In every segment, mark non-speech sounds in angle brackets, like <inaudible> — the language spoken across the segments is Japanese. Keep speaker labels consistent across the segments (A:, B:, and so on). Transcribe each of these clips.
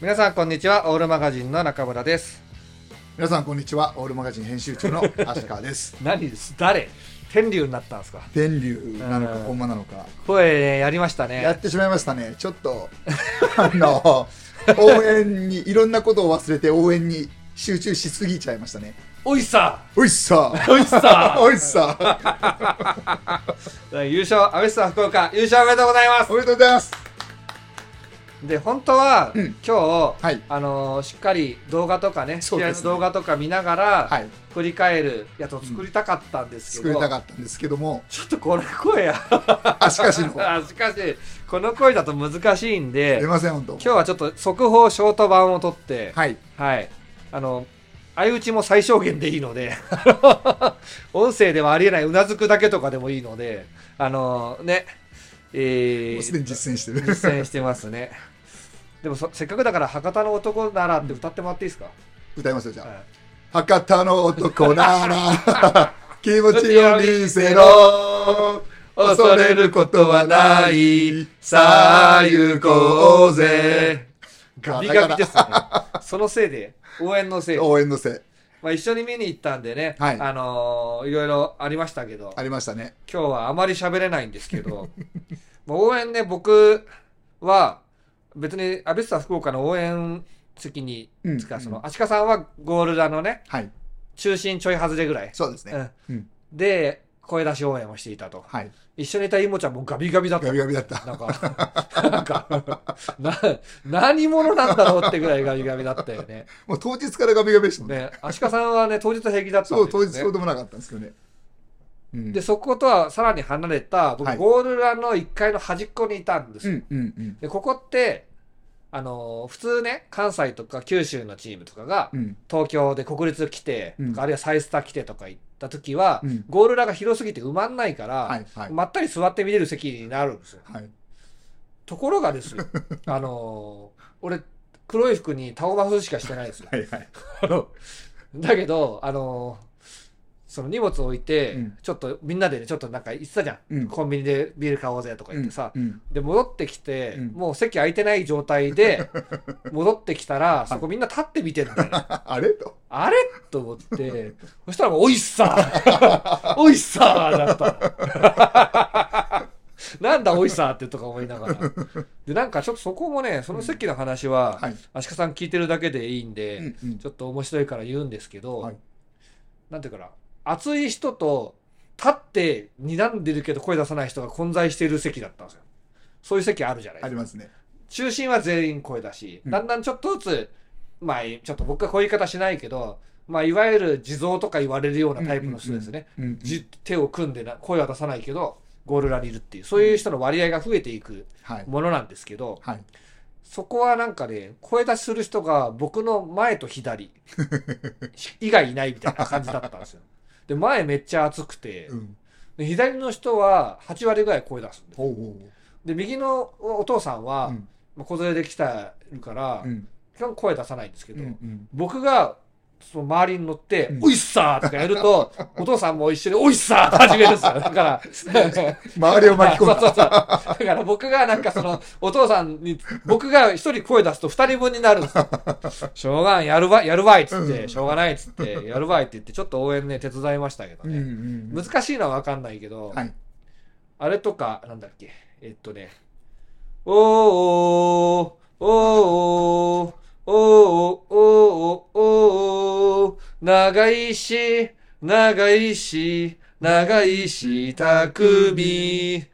A: 皆さんこんにちはオールマガジンの中村です
B: 皆さんこんにちはオールマガジン編集長の足川です
A: 何です誰天竜になったんですか
B: 電流なのかコンマなのか
A: 声、ね、やりました
B: や
A: ね
B: ってしまいましたねちょっと <laughs> あの応援にいろんなことを忘れて応援に集中しすぎちゃいましたね
A: おいさ
B: おいっさ
A: おいっさ
B: <laughs> おいっさ
A: 優勝アベスタ福岡優勝おめでとうございます
B: おめでとうございます
A: で本当は、
B: うん
A: 今日、
B: はい
A: あのーしっかり動画とかね
B: そう
A: 試合
B: ですね
A: の動画とか見ながら、
B: はい
A: 振り返るやつを作りたかったんです
B: 作
A: け
B: り
A: ど、
B: たかったんですけども
A: ちょっとこの声や
B: あしかしの
A: <laughs> しかしこの声だと難しいん
B: 出
A: で
B: ません本当
A: 今日はちょっと速報ショート版を撮って
B: はい
A: はい、あの相打ちも最小限でいいので <laughs> 音声ではありえないうなずくだけとかでもいいのであのねえー
B: もうすでに実践してる
A: 実践してますね <laughs> でもそせっかくだから博多の男ならって歌ってもらっていいですか、
B: 歌いますよじゃあ、
A: はい
B: 博多の男なら
A: <laughs>
B: 気持ちを見せろ恐れることはないさあ行こうぜガ
A: ビ
B: ラ
A: カ
B: ガ
A: ビで
B: ラ
A: すねそのせいで応援の
B: <laughs>
A: せい、
B: 応援のせい
A: まあ、一緒に見に行ったんでね、
B: はい
A: あのーいろいろありましたけど
B: ありましたね
A: 今日はあまり喋れないんですけ
B: <laughs>
A: どまあ応援ね僕は別に安倍スタ福岡の応援席に
B: うん
A: つかそ
B: うん
A: の足利さんはゴール裏のね
B: はい
A: 中心ちょい外れぐらい、
B: そうですね、
A: うんで声出し応援をしていたと
B: はい
A: 一緒にいたイモちゃんもガビガビだった
B: ガビガビだった
A: なんかなんかな何者なんだろうってぐらいガビガビだったよね
B: もう当日からガビガビでしたもんね
A: ね足利さんはね当日平気だったん
B: そう
A: です
B: 当
A: よ
B: 日
A: ね
B: そうでもなかったんですけどね、うん、
A: でそことはさらに離れた僕、
B: はい
A: ゴール裏の1階の端っこにいたんです
B: う
A: よ、
B: んうんうん
A: でここってあのー普通ね関西とか九州のチームとかが
B: うん
A: 東京で国立来て、
B: うん
A: あるいはサイスタ来てとか行った時は、
B: うん
A: ゴール裏が広すぎて埋まんないから、
B: はいはい
A: まったり座って見れる席になるんですよ
B: はい
A: ところがです
B: <laughs>
A: よあのー俺黒い服にタオマフしかしてないんですよ
B: はいはい
A: あのだけどあのーその荷物置いて、
B: うん
A: ちょっとみんなでねちょっとなんか言ってたじゃん、
B: うん
A: コンビニでビール買おうぜとか言ってさ、
B: うん <laughs>
A: で戻ってきて、
B: うん
A: もう席空いてない状態
B: <laughs>
A: で戻ってきたらそこみんな立って見てるんだよね
B: あれと
A: あれと思って
B: <laughs>
A: そしたらもう「おいっさーおいっさー」だった <laughs> のなんだおいさーってとか思いながらでなんかちょっとそこもねその席の話は、
B: はい、
A: 足利さん聞いてるだけでいいんで、
B: うんうん
A: ちょっと面白いから言うんですけど、
B: はい
A: なんていうかな熱い人と立って睨んでるけど声出さない人が混在している席だったんですよそういう席あるじゃない
B: あ
A: です
B: り
A: か
B: ますね
A: 中心は全員声だし、
B: うん
A: だんだんちょっとずつまあちょっと僕はこういう言い方しないけどまあいわゆる地蔵とか言われるようなタイプの人ですね、
B: うんうん
A: じ手を組んでな声は出さないけどゴール裏にいるっていうそういう人の割合が増えていく
B: はい
A: ものなんですけど、
B: はい
A: そこはなんかね、声出しする人が僕の前と
B: <laughs>
A: 左以外いないみたいな感じだったんですよ。で、前めっちゃ熱くて
B: う、ん
A: で左の人は8割ぐらい声出すんです。
B: ほうほ
A: で、右のお父さん
B: う
A: は、
B: うん
A: まあ、子連れで来てるから、
B: うん
A: 基本声出さないんですけ
B: う
A: ど、
B: んうん
A: 僕がその周りに乗って、
B: うん
A: おいっさーとかやる
B: <laughs>
A: と、お父さんも一緒においっさーって始めるんですよ。だから、
B: 周りを巻き込んだ
A: そうそうそうだから僕がなんかその、お父さんに、僕が一人声出すと二人分になるんですよ。
B: <laughs>
A: しょうがん、やるわ、やるわいっつっ
B: う
A: て、
B: ん
A: しょうがないっつって、やるわいって言って、ちょっと応援ね、手伝いましたけど
B: うんう
A: ね。
B: んうん
A: 難しいのはわかんないけど、
B: はい
A: あれとか、なんだっけ、えっとね、おーおー、おーおー、おーおー、おーおー、長いし、長いし、長いし、たくみ。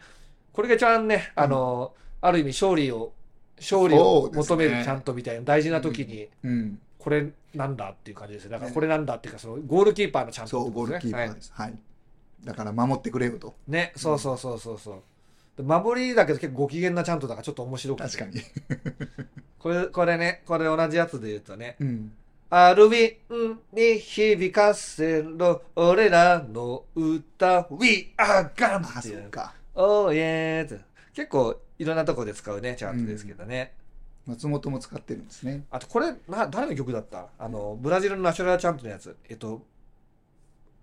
A: これが一番ね、あの、ある意味勝利を、勝利
B: そ
A: を
B: うです
A: 求
B: ね
A: めるちゃんとみたいな大事な時に、
B: うん
A: これなんだっていう感じですね。だからこれなんだっていうか、そのゴールキーパーのちゃんと
B: そ
A: っ
B: う
A: てこ
B: ゴ
A: とで
B: ール
A: す
B: キ
A: ね
B: ーパーですはいだから守ってくれよと
A: ね、そうそうそうそうそう。で守りだけど結構ご機嫌なちゃんとだからちょっと面白くて
B: 確かに
A: これ、これね、これ同じやつで言うとね。
B: うん
A: アルビンに響かせろ、俺らの歌、We are Gun!
B: あ
A: ってい
B: そううか
A: おーえーって結構いろんなとこで使うね、チャートですけどね。
B: 松本も使ってるんですね
A: あとこれ、な、誰の曲だったあの、ブラジルのナショナルチャンプのやつ。えっと、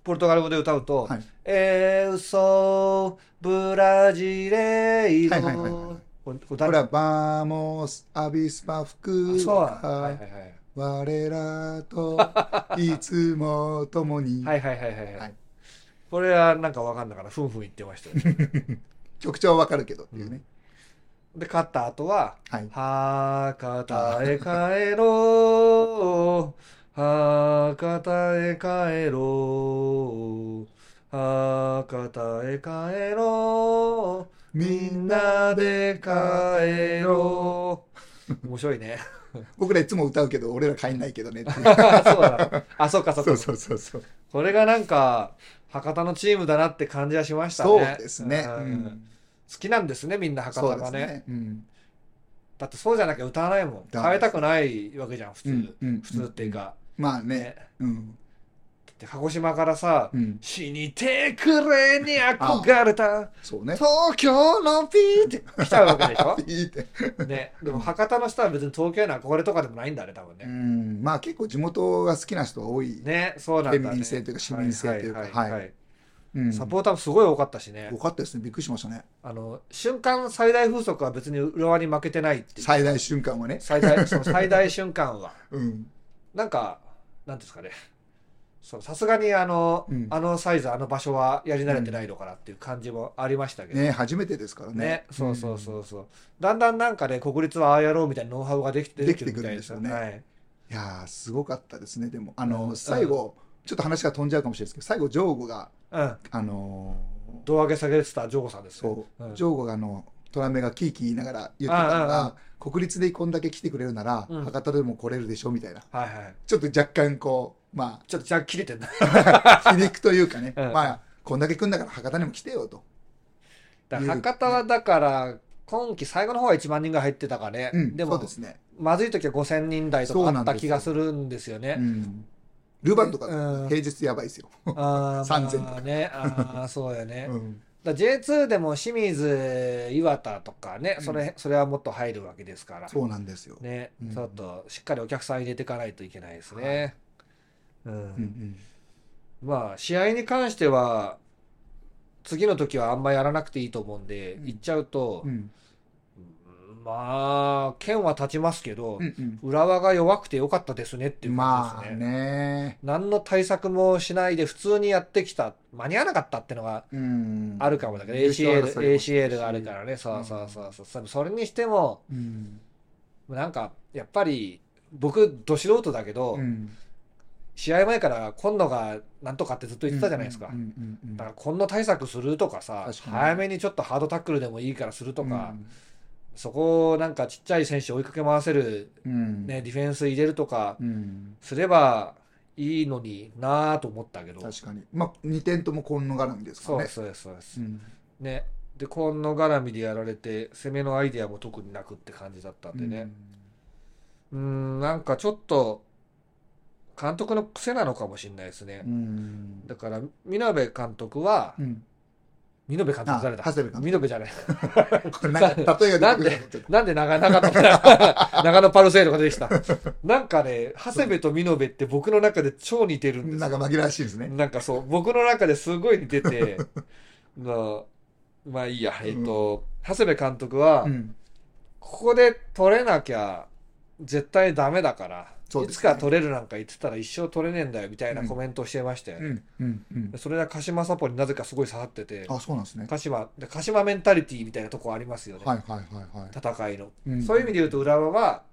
A: ポルトガル語で歌うと、
B: はい
A: えー、嘘、ブラジレイド、
B: はいはいはいはい
A: これこれ
B: ほ
A: 誰
B: ら、バーモス、アビスパ
A: あ
B: 福
A: そうはい
B: 岡、我らといつも共に、
A: <laughs> はいはいはいはいはいはいは
B: はいい
A: これはなんかわかんなからふんふん言ってましたよ
B: <laughs>
A: ね
B: 曲調はわかるけどっていうね。
A: で勝った後は
B: はい。
A: 博多へ帰ろう。博多へ帰ろう。博多へ帰ろう。み
B: み
A: ん
B: んな、
A: なで帰ろう。面白いね。
B: 僕らいつも歌うけど、俺ら帰んないけどねっ
A: <laughs>
B: ていう
A: そうだろ。あ、そうかそう
B: そ
A: か。
B: うそうそうそう。
A: これがなんか、博多のチームだなって感じはしましたね。
B: そうですね。
A: う
B: うん
A: 好
B: ん
A: きなんですね、みんな博
B: そ
A: 多
B: うで
A: が
B: す
A: ね。
B: ね。うん。
A: だってそうじゃなきゃ歌わないもん。変
B: 歌わない
A: えたくないわけじゃん、普通。
B: うんうん
A: 普通っていうか。
B: まあ
A: ね
B: ね。うん。
A: だって鹿児島からさ、
B: うん。
A: 死にてくれに憧れた
B: そうね。
A: 東京のピーって来ちゃうわけでし
B: <laughs>
A: ょ
B: いいって。
A: ね。でも博多の人は別に東京への憧れとかでもないんだね、多分
B: う
A: ね。
B: ん。まあ結構地元が好きな人が多い。
A: ね、そうなんだ、ね。
B: 県民性というか市民性というか
A: ははいは
B: はいうん。
A: サポーターもすごい多かったしね
B: よ。かったですね。びっくりしましたね。
A: あの、瞬間最大風速は別に浦和に負けてないっていう。
B: 最大瞬間はね。
A: 最
B: <laughs>
A: 大、その最大瞬間は。
B: うん。
A: なんか、なんていうんですかね。そうさすがにあの、
B: うん
A: あのサイズ、あの場所はやり慣れてないのかなっていう感じもありましたけど。
B: ね、初めてですからね。
A: ね、そうそうそうそう、だんだんなんかね国立はああやろうみたいなノウハウができて
B: できてくるんですよね
A: はい、
B: いやー、すごかったですね。でも、あ
A: うん
B: の、最後、ちょっと話が飛んじゃうかもしれないですけど、最後、ジョーゴが、
A: うん、
B: あのー
A: 胴上げ下げてたジョーさんですよ
B: そう、
A: ん
B: ジョーゴがあの、トラメがキーキー言いながら言ってたの
A: あああ
B: が、国立でこんだけ来てくれるなら、
A: うん
B: 博多でも来れるでしょみたいな。
A: はいはい
B: ちょっと若干こう、ま
A: ちょっとじゃあ切れてん
B: <laughs>
A: な
B: あ、皮肉というかね、
A: <laughs> うん
B: まあ、こんだけ来んだから博多にも来てよと。
A: だから博多はだから今季最後の方は1万人が入ってたかね、
B: うん、
A: で
B: そう
A: も
B: ですね。
A: まずい時は5000人台と
B: そ
A: か
B: う
A: あ
B: な
A: っ
B: んで
A: た
B: す
A: 気
B: よ
A: がするんですよ
B: う
A: ね
B: ん。ルーバンとか、
A: うん
B: <laughs> 平日やばいですよ。
A: あー
B: 3000
A: まあねあー
B: <laughs>
A: そうやね、
B: うん。
A: だから J2 でも清水岩田とかねそれ,、それはもっと入るわけですから
B: そうなんですよ。
A: ね、
B: うん
A: ちょっとしっかりお客さん入れていかないといけないですね。うん
B: うんうん。
A: まあ、試合に関しては、次の時はあんまやらなくていいと思うんで、
B: うん
A: 行っちゃうと
B: う、ん。
A: うんまあ、剣は立ちますけど
B: う、ん
A: 浦和が弱くてよかったですねって
B: う。
A: いうん感
B: ま
A: じ
B: あ
A: ですね。
B: ね。
A: 何の対策もしないで普通にやってきた、間に合わなかったってのが
B: うん。
A: あるかもだけど、
B: 優勝
A: ACL、
B: 争いもしてる
A: ACL があるからね、そうそうそうそう。それにしても、
B: うん。
A: なんか、やっぱり、僕、ど素人だけど
B: う、ん。
A: 試合前から今野がなんとかってずっと言ってたじゃないですか。
B: うんうんうんうん
A: だから今野対策するとかさ、
B: 確かに
A: 早めにちょっとハードタックルでもいいからするとか、そこをなんかちっちゃい選手追いかけ回せる、
B: うんうん
A: ね、ディフェンス入れるとか
B: うん
A: すればいいのになぁと思ったけど、
B: 確かにまあ二点とも今野絡みですか
A: そうで
B: らね
A: すそうですそうです。
B: うん
A: ね。で、今野絡みでやられて、攻めのアイデアも特になくって感じだったんでね。うーん、なんかちょっと、監督の癖なのかもしれないですね
B: う。ん
A: だから、見延監督は、
B: うん
A: 見延監督
B: あ
A: 誰だ
B: 長谷部監督
A: 見延じゃない。
B: これ
A: <laughs>
B: <laughs> なんか例えが出てくる
A: なんで長長野か <laughs> 長野パルセイドが出てきた。なんかね、長谷部と見延って僕の中で超似てるんです
B: なんか紛らわしいですね
A: なんかそう、僕の中ですごい似てて、のまあいいや、えっと、長谷部監督は、
B: うん
A: ここで取れなきゃ絶対ダメだから、
B: そう
A: い
B: で
A: つ
B: すね
A: か取れるなんか言ってたら一生取れねえんだよみたいなコメントをしてましたよ
B: う
A: ね。
B: んうんうん
A: それが鹿島サポになぜかすごい刺さってて、
B: あそうなんですね
A: 鹿島、で鹿島メンタリティみたいなとこありますよね。
B: はいはいはいは
A: 戦いの。
B: いん
A: そういう意味で言うと浦和は、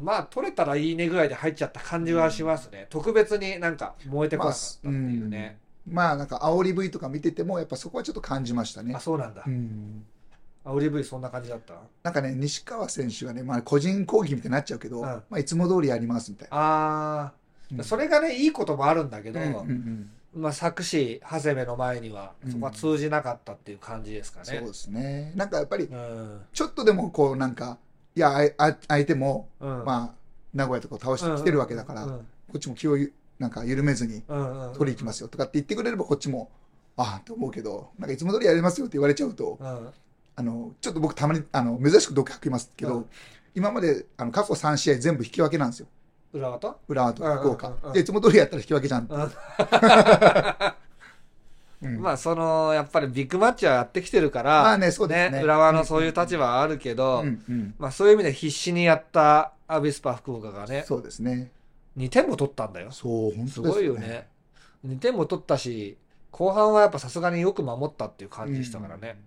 A: まあ取れたらいいねぐらいで入っちゃった感じはしますね。特別になんか燃えてこなかったっていうね。
B: まあなんか煽り V とか見ててもやっぱそこはちょっと感じましたね
A: あ、そうなんだ
B: う。ん
A: あ、オリブイそんな感じだった。
B: なんかね西川選手がねまあ個人講義みたいになっちゃうけど
A: うん
B: まあいつも通りやりますみたい
A: あ
B: な
A: あ、それがね、いいこともあるんだけど、
B: うんうんうん
A: まあ作詞、長谷部の前には、そこは通じなかったっていう感じですか
B: そう
A: ね。
B: ですねなんかやっぱり
A: うん。
B: ちょっとでもこうなんか、いや、あいあ相手も、
A: うん。あ、
B: まあ、名古屋とかを倒してきてるわけだから、
A: う
B: こ
A: ん
B: っちも気をゆなんか緩めずに
A: うんうん。
B: 取り行きますよとかって言ってくれればこっちも、ああって思うけど、なんかいつも通りやりますよって言われちゃうと、
A: うん。
B: あの、ちょっと僕たまに、あの、珍しく毒吐きますけど、
A: うん
B: 今まで、あの、過去3試合全部引き分けなんですよ。
A: 浦和と
B: 浦和と福岡。
A: うんうんうんうん
B: で、いつも通りやったら引き分けじゃん。
A: うん
B: うん
A: <laughs> まあそのやっぱりビッグマッチはやってきてるから、
B: まあねそうですね
A: 浦和のそういう立場はあるけど、
B: うんうん
A: まあそういう意味で必死にやったアビスパ福岡がね、
B: そうですね。
A: 2点も取ったんだよ。
B: そう、本当です
A: すごいよね。2点も取ったし、後半はやっぱさすがによく守ったっていう感じでしたからね。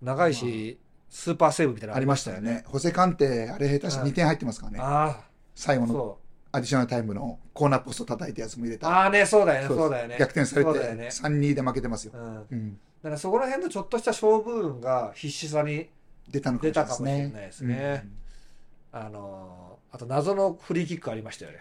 A: 長いし、スーパーセーブみたいなの
B: ありましたよ。ね。ホセカンテ、あれ下手して2点入ってますからね。
A: あ
B: 最
A: あ、
B: 後の
A: そう。
B: アディショナルタイムのコーナーポスト叩いたやつも入れた。
A: ああね、そうだよね、
B: です
A: そうだよね。
B: 逆転されて
A: そうだよね。
B: 3-2で負けてますよ
A: う。ん。だ
B: うん。
A: からそこら辺のちょっとした勝負運が必死さに、
B: 出たのかもしれないです
A: 出たかも
B: ね。
A: しれないですね
B: うん
A: あのーあと謎のフリーキックありましたよね。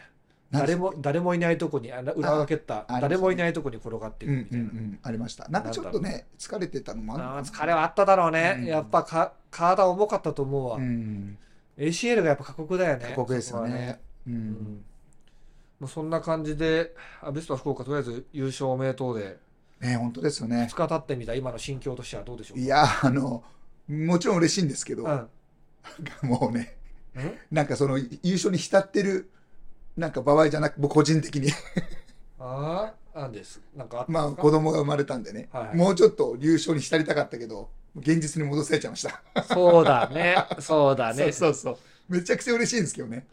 B: なんで
A: 誰も、誰もいないとこに、あ裏が蹴った、
B: ありましたね
A: 誰もいないとこに転がっていく
B: うん
A: みたいな。
B: うんうんありました。なんかちょっとね、疲れてたのもあるの
A: あ
B: か
A: あ
B: な
A: 疲れはあっただろうね。
B: うん
A: やっぱか体重かったと思うわ。
B: うん。
A: ACL がやっぱ過酷だよね。
B: 過酷ですよ
A: そこは
B: ね。。う。
A: うんんまあ、そんな感じで、アビスパ福岡とりあえず優勝おめでとうで、
B: ね、本当ですよね
A: 2。日経ってみた今の心境としてはどうでしょうか
B: い、や、あの、もちろん嬉しいんですけど、
A: うん
B: なんかもうね、
A: うん
B: なんかその優勝に浸ってる、なんか場合じゃなく、僕個人的に、 <laughs>
A: ああ、なんです。なんかあったん
B: まあ
A: ですか
B: 子供が生まれたんでね、
A: はい
B: もうちょっと優勝に浸りたかったけど、現実に戻されちゃいました。
A: そうだね。そうだね。
B: そうそうそう。めちゃくちゃ嬉しいんですけどね。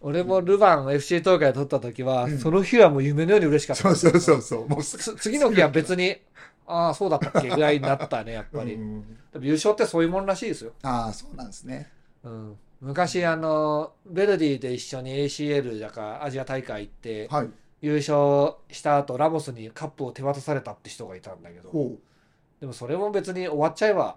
A: 俺もルヴァン FC 東海で取った時は、
B: うん
A: その日はもう夢のように嬉しかった。
B: そうそうそうそう。もうす
A: つ次の日は別に、ああ、そうだったっけぐらいになったね、やっ
B: ぐ
A: ぱり。
B: うん
A: でも優勝ってそういうもんらしいですよ。
B: ああ、そうなんですね。
A: うん、昔、あの、ベルディで一緒に ACL だかアジア大会行って、
B: はい。
A: 優勝した後ラモスにカップを手渡されたって人がいたんだけど
B: ほ
A: でもそれも別に終わっちゃえば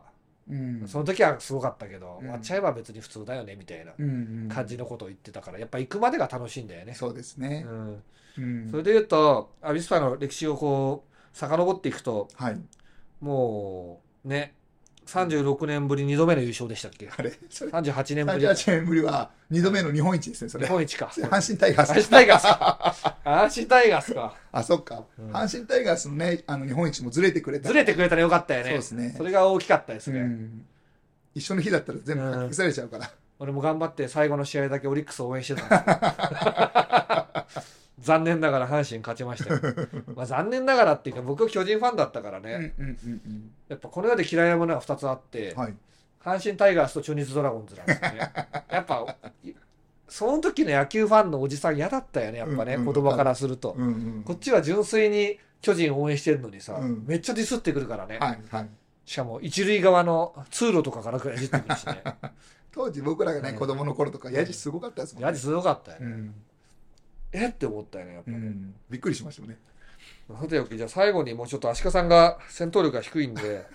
B: う。うん。
A: その時はすごかったけど、
B: ん
A: 終わっちゃえば別に普通だよねみたいな
B: うんうん
A: 感じのことを言ってたからやっぱ行くまでが楽しいんだよね。
B: そうです
A: う
B: ね。
A: ん、
B: うん
A: それで言うとアビスパの歴史をこう遡っていくと
B: はい。
A: もうね36年ぶり2度目の優勝でしたっけ
B: あれそれ、
A: 38年ぶり
B: 38年ぶりは2度目の日本一ですね、そ
A: 日
B: れ。
A: 本一か
B: それ阪神タイガ
A: 阪神
B: ース。
A: タイガースか阪神タイガースか
B: あ、そっか
A: うん。
B: 阪神タイガースのね、あの日本一もずれてくれた。
A: ずれてくれたらよかったよね
B: そうですね
A: それが大きかったですね、
B: うん一緒の日だったら全部書き消されちゃうから。
A: 俺も頑張って最後の試合だけオリックスを応援してたんですけど
B: <laughs>
A: 残念ながら阪神勝ちましたよまあ残念ながらっていうか僕は巨人ファンだったからね、
B: うんうんうん
A: やっぱこの世で嫌いなものが2つあって、
B: うんはい。
A: 阪神タイガースと中日ドラゴンズなんですよ
B: <laughs>
A: ねやっぱいその時の野球ファンのおじさん嫌だったよねやっぱね、
B: うんうん
A: 子供からすると、
B: うんうん
A: こっちは純粋に巨人応援してるのにさ、
B: うん
A: めっちゃディスってくるからね、
B: はいはい。
A: しかも一塁側の通路とかからくらいディスってくるし
B: <laughs>
A: ね
B: 当時僕らが
A: う
B: ね、
A: ん
B: 子供の頃とか、ヤジすごかったですもんね。
A: やはりすごかったよね、
B: うん
A: えって思ったよねやっぱ
B: う
A: ね、
B: ん。びっくりしましたよね。 <laughs>
A: さておき、じゃあ最後にもうちょっと足利さんが戦闘力が低いんで、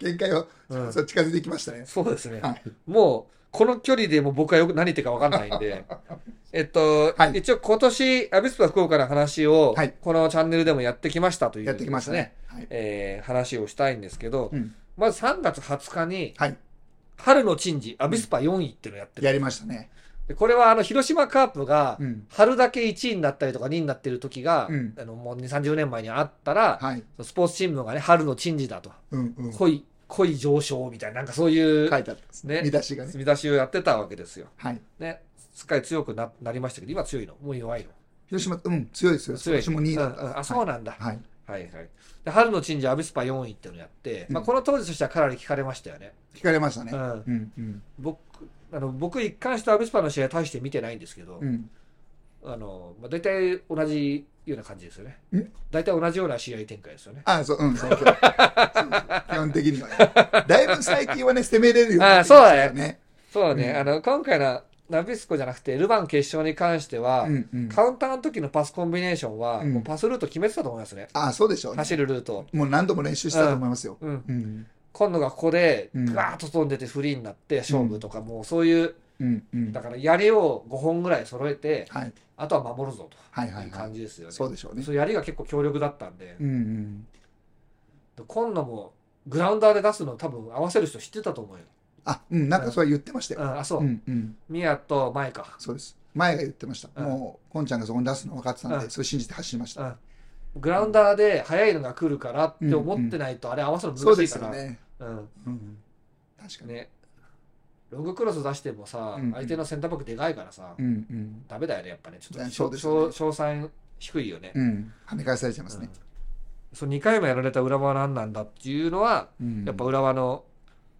B: 限界を
A: うん
B: <laughs> そう近づいてきましたね。
A: そうですね。
B: はい。
A: もう、この距離でもう僕はよく何言ってるかわかんないん
B: <laughs>
A: で、えっと、
B: はい
A: 一応今年、アビスパ福岡の話を
B: はい、
A: このチャンネルでもやってきましたという、
B: やってきましたね。。はい。
A: えー、話をしたいんですけど、
B: うん
A: まず3月20日に、
B: はい。
A: 春の珍事、アビスパ4位っていうのをやってる。
B: やりましたね。
A: でこれはあの、広島カープが、
B: うん。
A: 春だけ1位になったりとか2位になってる時が、
B: うん
A: あのもう2、30年前にあったら、
B: はい。
A: スポーツ新聞がね、春の珍事だと。
B: うんうん。書
A: 濃い、濃い上昇みたいな、なんかそういう
B: いてあったんですね。
A: ね
B: 見出しがね。
A: 見出しをやってたわけですよ。
B: はい。
A: ね、すっかり強くななりましたけど、今強いの、もう弱い
B: 広島、うん、強いです
A: の。
B: よ。
A: 強い。
B: 私も2位だっ
A: うんうん
B: た。
A: あ、そうなんだ。
B: はい。
A: はいはい。で春の珍事、アビスパ4位っていうのをやって、まあ、
B: うん
A: この当時としてはかなり聞かれましたよね。
B: 聞かれましたね
A: う。ん。
B: うんうん
A: 僕、あの僕一貫してアビスパの試合大して見てないんですけど、
B: うん。
A: あの、まあ、大体同じような感じですよね
B: ん。
A: 大体同じような試合展開ですよね。
B: ああ、そう、うん、そうそう。 <laughs> そうそう基本的にはね。だいぶ最近はね、攻めれるように
A: あ
B: な
A: あ
B: ってきましたよね。
A: そうだね、
B: うん
A: あの、今回のナビスコじゃなくて、ルヴァン決勝に関しては、
B: うんうん。
A: カウンターの時のパスコンビネーションは、
B: うん
A: もうパスルート決めてたと思いますね。
B: ああ、そうでしょうね。
A: 走るルート。
B: もう何度も練習したと思いますよ。
A: うん。
B: うん。
A: 今度がここで、
B: うん
A: ガーッと飛んでてフリーになって勝負とか、もうそういう、
B: うんうん。
A: だから槍を5本ぐらい揃えて、
B: はい。
A: あとは守るぞ
B: はい
A: と
B: はいいうは
A: 感
B: い。
A: じですよね。
B: そうでしょうね。
A: そう槍が結構強力だったんで、
B: うんうん。
A: 今度もグラウンダーで出すの多分合わせる人知ってたと思うよ。
B: あ、うん、なんかそれ言ってました
A: う
B: よ。
A: ん、あ、そうう。
B: んうん。
A: ミヤと前か。
B: そうです。前が言ってまし
A: う
B: た。
A: ん
B: もう、こんちゃんがそこに出すの分かってたん
A: うん
B: で、それ信じて走りました。
A: うん。グラウンダーで速いのが来るからって思ってないと、あれ合わせるの
B: そう
A: 難
B: で
A: しい
B: す
A: か
B: よ
A: ら。
B: ね。
A: うん。
B: うん。確かに。
A: ね、ロングクロス出してもさ、
B: うんうん
A: 相手のセンターバックでかいからさ、
B: うんうん。
A: ダメだよね、やっぱね、ちょっと、
B: そうです
A: 賞
B: よね
A: 賞賛低いよね。
B: うん。跳ね返されちゃいますね。
A: うんその2回もやられた裏は何なんだっていうのは、
B: うん
A: やっぱ裏輪の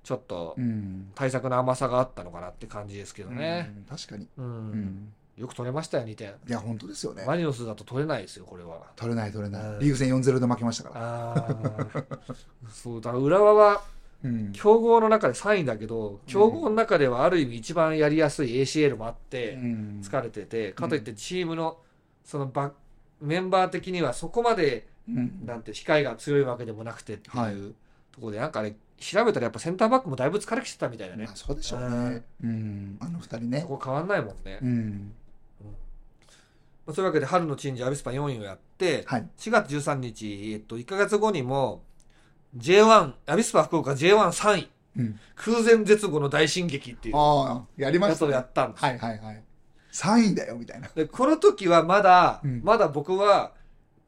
A: ちょっと
B: うん
A: 対策の甘さがあったのかなって感じですけどね。
B: うん確かに、
A: う
B: うんん、
A: よく取れましたよ、2点。
B: いや本当ですよね
A: マリノスだと取れないですよ、これは。
B: 取れない取れ
A: う
B: な
A: ん
B: いリーグ戦4-0で負けましたから、
A: ああ、 <laughs> そうだ、浦和は
B: うん、
A: 強豪の中で3位だけど、強豪の中ではある意味一番やりやすい ACL もあって、
B: うん
A: 疲れてて、かといってチームの、そのバッメンバー的にはそこまで、
B: うん
A: なんて、控えが強いわけでもなくてって
B: はい
A: いうところで、なんかね、調べたらやっぱセンターバックもだいぶ疲れきてたみたいなね
B: まあ、。そうでしょうねうんあの二人ね
A: そこ変わんないもんね
B: う。ん
A: まあそういうわけで、春のチンジ、アビスパ4位をやって、
B: はい
A: 4月13日、えっと、1ヶ月後にも、J1、アビスパ福岡 J13 位、
B: うん
A: 空前絶後の大進撃っていう
B: ああやりま
A: や
B: し
A: つ
B: た
A: を
B: ね
A: やったんです。
B: はいはいはい3位だよみたいな
A: で、この時はまだ、
B: うん
A: まだ僕は、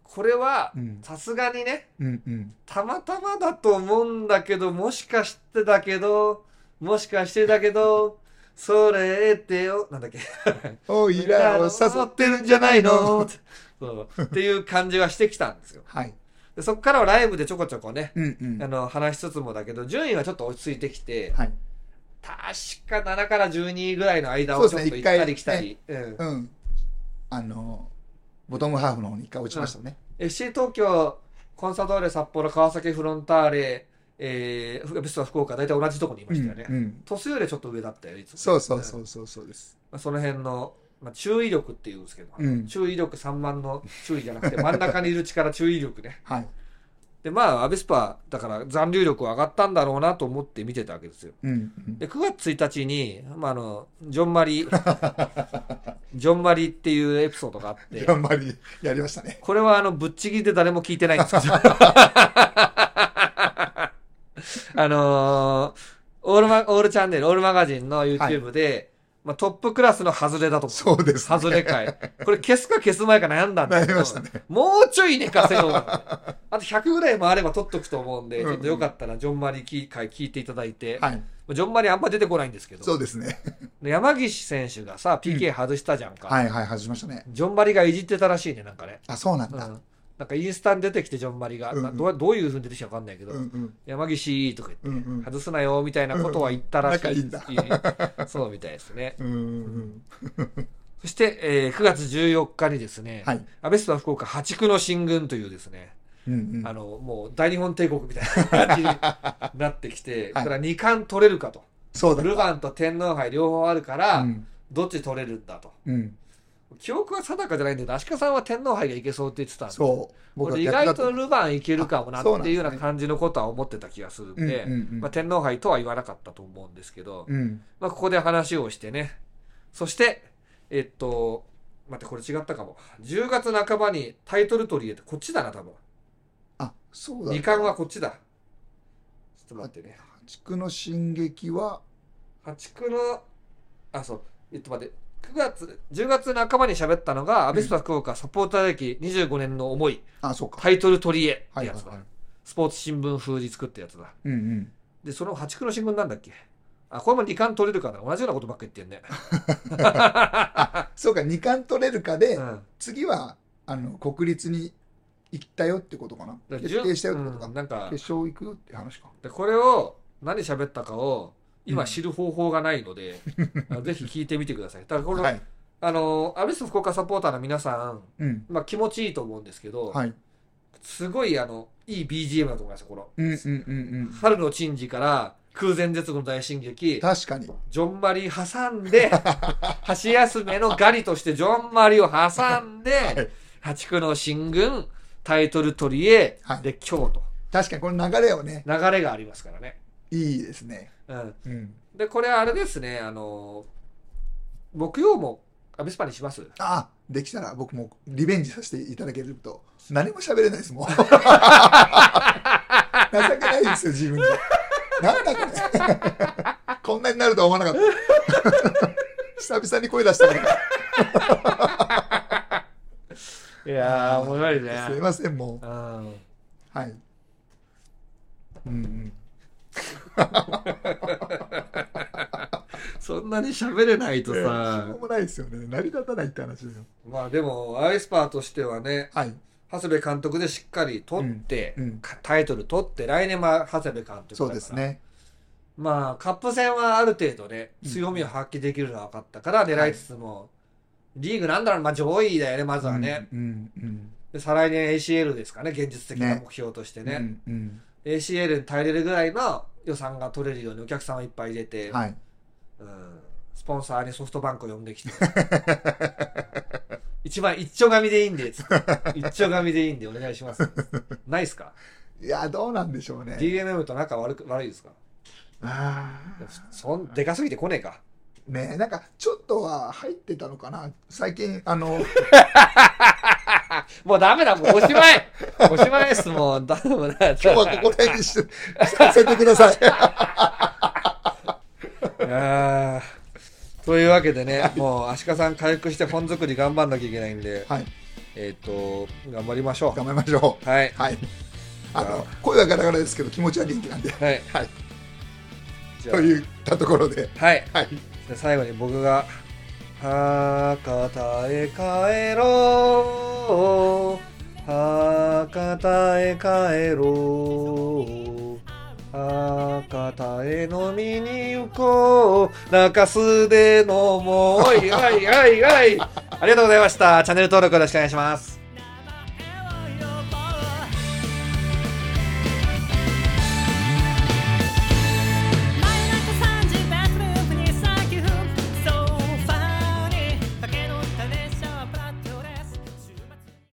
A: これは
B: う、ん
A: さすがにね、
B: うんうん
A: たまたまだと思うんだけど、もしかしてだけど、もしかしてだけど、それってよ、なんだっけ。
B: おいらを誘ってるんじゃないの
A: そうっていう感じはしてきたんですよ。
B: はい
A: でそこからはライブでちょこちょこね、
B: うんうん
A: あの、話しつつもだけど、順位はちょっと落ち着いてきて、
B: はい
A: 確か7から12位ぐらいの間
B: そ
A: を
B: う
A: ちょっ
B: です
A: と
B: ね
A: 行ったり来たり、うん
B: うんあのボトムハーフの方に一回落ちましたね
A: FC 東京、コンサドーレ札幌、川崎フロンターレ、えー、ベスト福岡、大体同じとこにいま
B: う
A: し
B: ん
A: たよね。
B: うん
A: 鳥栖よりちょっと上だったよ、いつも。
B: そうそうそ
A: ん
B: うそうそうです
A: まあその辺の、まあ、注意力っていうんですけど、
B: うん
A: 注意力3万の注意じゃなくて、 <laughs> 真ん中にいる力注意力ね。
B: はい
A: で、まあ、アビスパ、だから残留力は上がったんだろうなと思って見てたわけですよ。
B: うんうん
A: で、9月1日に、まあ、あの、ジョンマ
B: <laughs>
A: リ、ジョンマリっていうエピソードがあって、
B: 頑張りやりましたね
A: これはあの、ぶっちぎりで誰も聞い
B: <laughs>
A: てないんですけど。あのーオールマ、オールチャンネル、オールマガジンの YouTube で、まあ、トップクラスのハズレだと思う。
B: そうですね
A: ハズレ会。これ消すか消す前か悩んだんですけど、
B: 悩みましたね
A: もうちょい寝かせよう。
B: <laughs>
A: あと100ぐらいもあれば取っとくと思うんで、ちょっとよかったらジョンマリキー会聞いていただいて、
B: はい
A: ジョンマリあんま出てこないんですけど
B: そ、うですね
A: で山岸選手がさ、PK 外したじゃんか。
B: はいはい外しましたね
A: ジョンマリがいじってたらしいね、なんかね。
B: あそうなんだ
A: なんかインスタに出てきてジョンマリが、
B: うんうん
A: などうどういうふうに出てきたかわかんないけど、
B: うんうん
A: 山岸とか
B: う
A: 言って、
B: んうん
A: 外すなよみたいなことは言ったらしい,、
B: うん仲いい
A: <laughs> そうみたいですね。
B: うんうん
A: そして、えー9月14日にですね、
B: はい
A: アベスパ福岡破竹の進軍というですね、
B: うんうん
A: あのもう大日本帝国みたいな感じになってきて、
B: <laughs> はい
A: これは2冠取れるかと、
B: そうだ
A: ルヴァンと天皇杯両方あるから、
B: うん
A: どっち取れるんだと。
B: うん
A: 記憶は定かじゃないんだけど、足利さんは天皇杯がいけそうって言ってたんで、
B: そう
A: こ
B: は
A: れ意
B: 逆だ
A: 外とルヴァンいけるかもな
B: あそうなん
A: って
B: で
A: いう
B: す
A: よ
B: ね
A: うな感じのことは思ってた気がするんで、
B: うんうんうん
A: まあ、天皇杯とは言わなかったと思うんですけど、
B: うん
A: まあ、ここで話をしてね。そして、えっと、待って、これ違ったかも。10月半ばにタイトル取り入れて、こっちだな、多分。
B: あそうだ
A: 二冠はこっちだ。ちょっと待ってね。
B: 破竹の進撃は
A: 破竹の、あ、そう、えっと待って。9月、10月半ばに喋ったのが、アビスパ福岡サポーター歴25年の思い、
B: あそうか
A: タイトル取り入れっ
B: は
A: て
B: い
A: や
B: は
A: つ
B: い
A: だ。
B: はい
A: スポーツ新聞風に作ったやつだ。
B: うんうん
A: で、その破竹の新聞なんだっけあ、これも2冠取れるかな同じようなことばっか言ってんね。
B: そうか二冠取れるかで
A: うん。
B: 次はあの国立に行ったよってことかな
A: だから
B: 決定したよってこと
A: う
B: か
A: んなんか、
B: 決勝行くよって話か
A: でこれを何喋ったかを
B: う
A: 今
B: ん
A: 知る方法がないの
B: <laughs>
A: で、あのぜひ聞いてみてください。だからこの、
B: はい
A: あの、アビス福岡サポーターの皆さん、
B: うん
A: まあ気持ちいいと思うんですけど、
B: はい
A: すごいあの、いい BGM だと思いますよ、この。
B: うんうんうんうん
A: 春の珍事から空前絶後の大進撃、
B: 確かに
A: ジョンマリ挟ん
B: <laughs>
A: で、箸休めのガリとしてジョンマリを挟んで、破竹の進軍、タイトル取りへ、
B: はい
A: で、今日と、
B: 確かにこの流れをね
A: 流れがありますからね。
B: いいですね
A: うん。
B: うん
A: で、これあれですね、あの、木曜もアビスパにします
B: あできたら僕もリベンジさせていただけると何も喋れな
A: <laughs>
B: いですもん情けないですよ自分になんだこれこんなになるとは思わな
A: <laughs>
B: かった久々に声出したから
A: いやー、面白いね。
B: すいませんも
A: うん。
B: うはいうんうん
A: そんなに喋れないと
B: しょ
A: さ
B: う、もないですよね成り立たないって話だよ
A: まあでも、アビスパとしてはね、
B: はい
A: 長谷部監督でしっかり取って、
B: うんうん
A: かタイトル取って、来年は長谷部監督だから。
B: そうです。ね。
A: まあ、カップ戦はある程度ね、
B: うん
A: 強みを発揮できるのは分かったから、狙いつつも、リーグなんだろう、まあ上位だよね、まずはね。
B: うん。うん。
A: で再来年 ACL ですかね、現実的な目標として
B: うん。
A: ね。
B: うん。
A: ACL に耐えれるぐらいの予算が取れるようにお客さんをいっぱい入れ
B: う
A: て、
B: ん。はい。
A: うん、スポンサーにソフトバンクを呼んできて <laughs> 一番一丁紙でいいんでつって一
B: <laughs>
A: 丁紙でいいんでお願いしますないっすか
B: いや、どうなんでしょうね。
A: DMM と仲悪く悪いですか
B: ああ。
A: そんでかすぎて来ねえか
B: ねえ、なんか、ちょっとは入ってたのかな最近、あの、 <laughs>
A: もうダメだもうおし
B: <laughs>
A: まいおしまいっすもうだもだ
B: 今日はここら辺にして、させてください。 <laughs>
A: あーというわけでね、もう足利さん回復して本作り頑張んなきゃいけないんで、
B: はい。
A: えっ、と、頑張りましょ
B: 頑張りましょ
A: う。はい。
B: う。はい。あの、声はガラガラですけど、気持ちは元気なんで。 <laughs>
A: はい。
B: はい。
A: じゃあ
B: といったところで。
A: はい。
B: はい。
A: で最後に僕が「博多へ帰ろう博多へ帰ろう」博多へ飲みに行こう中洲で飲もうおいおいおいおいありがとうございましたチャンネル登録よろしくお願いします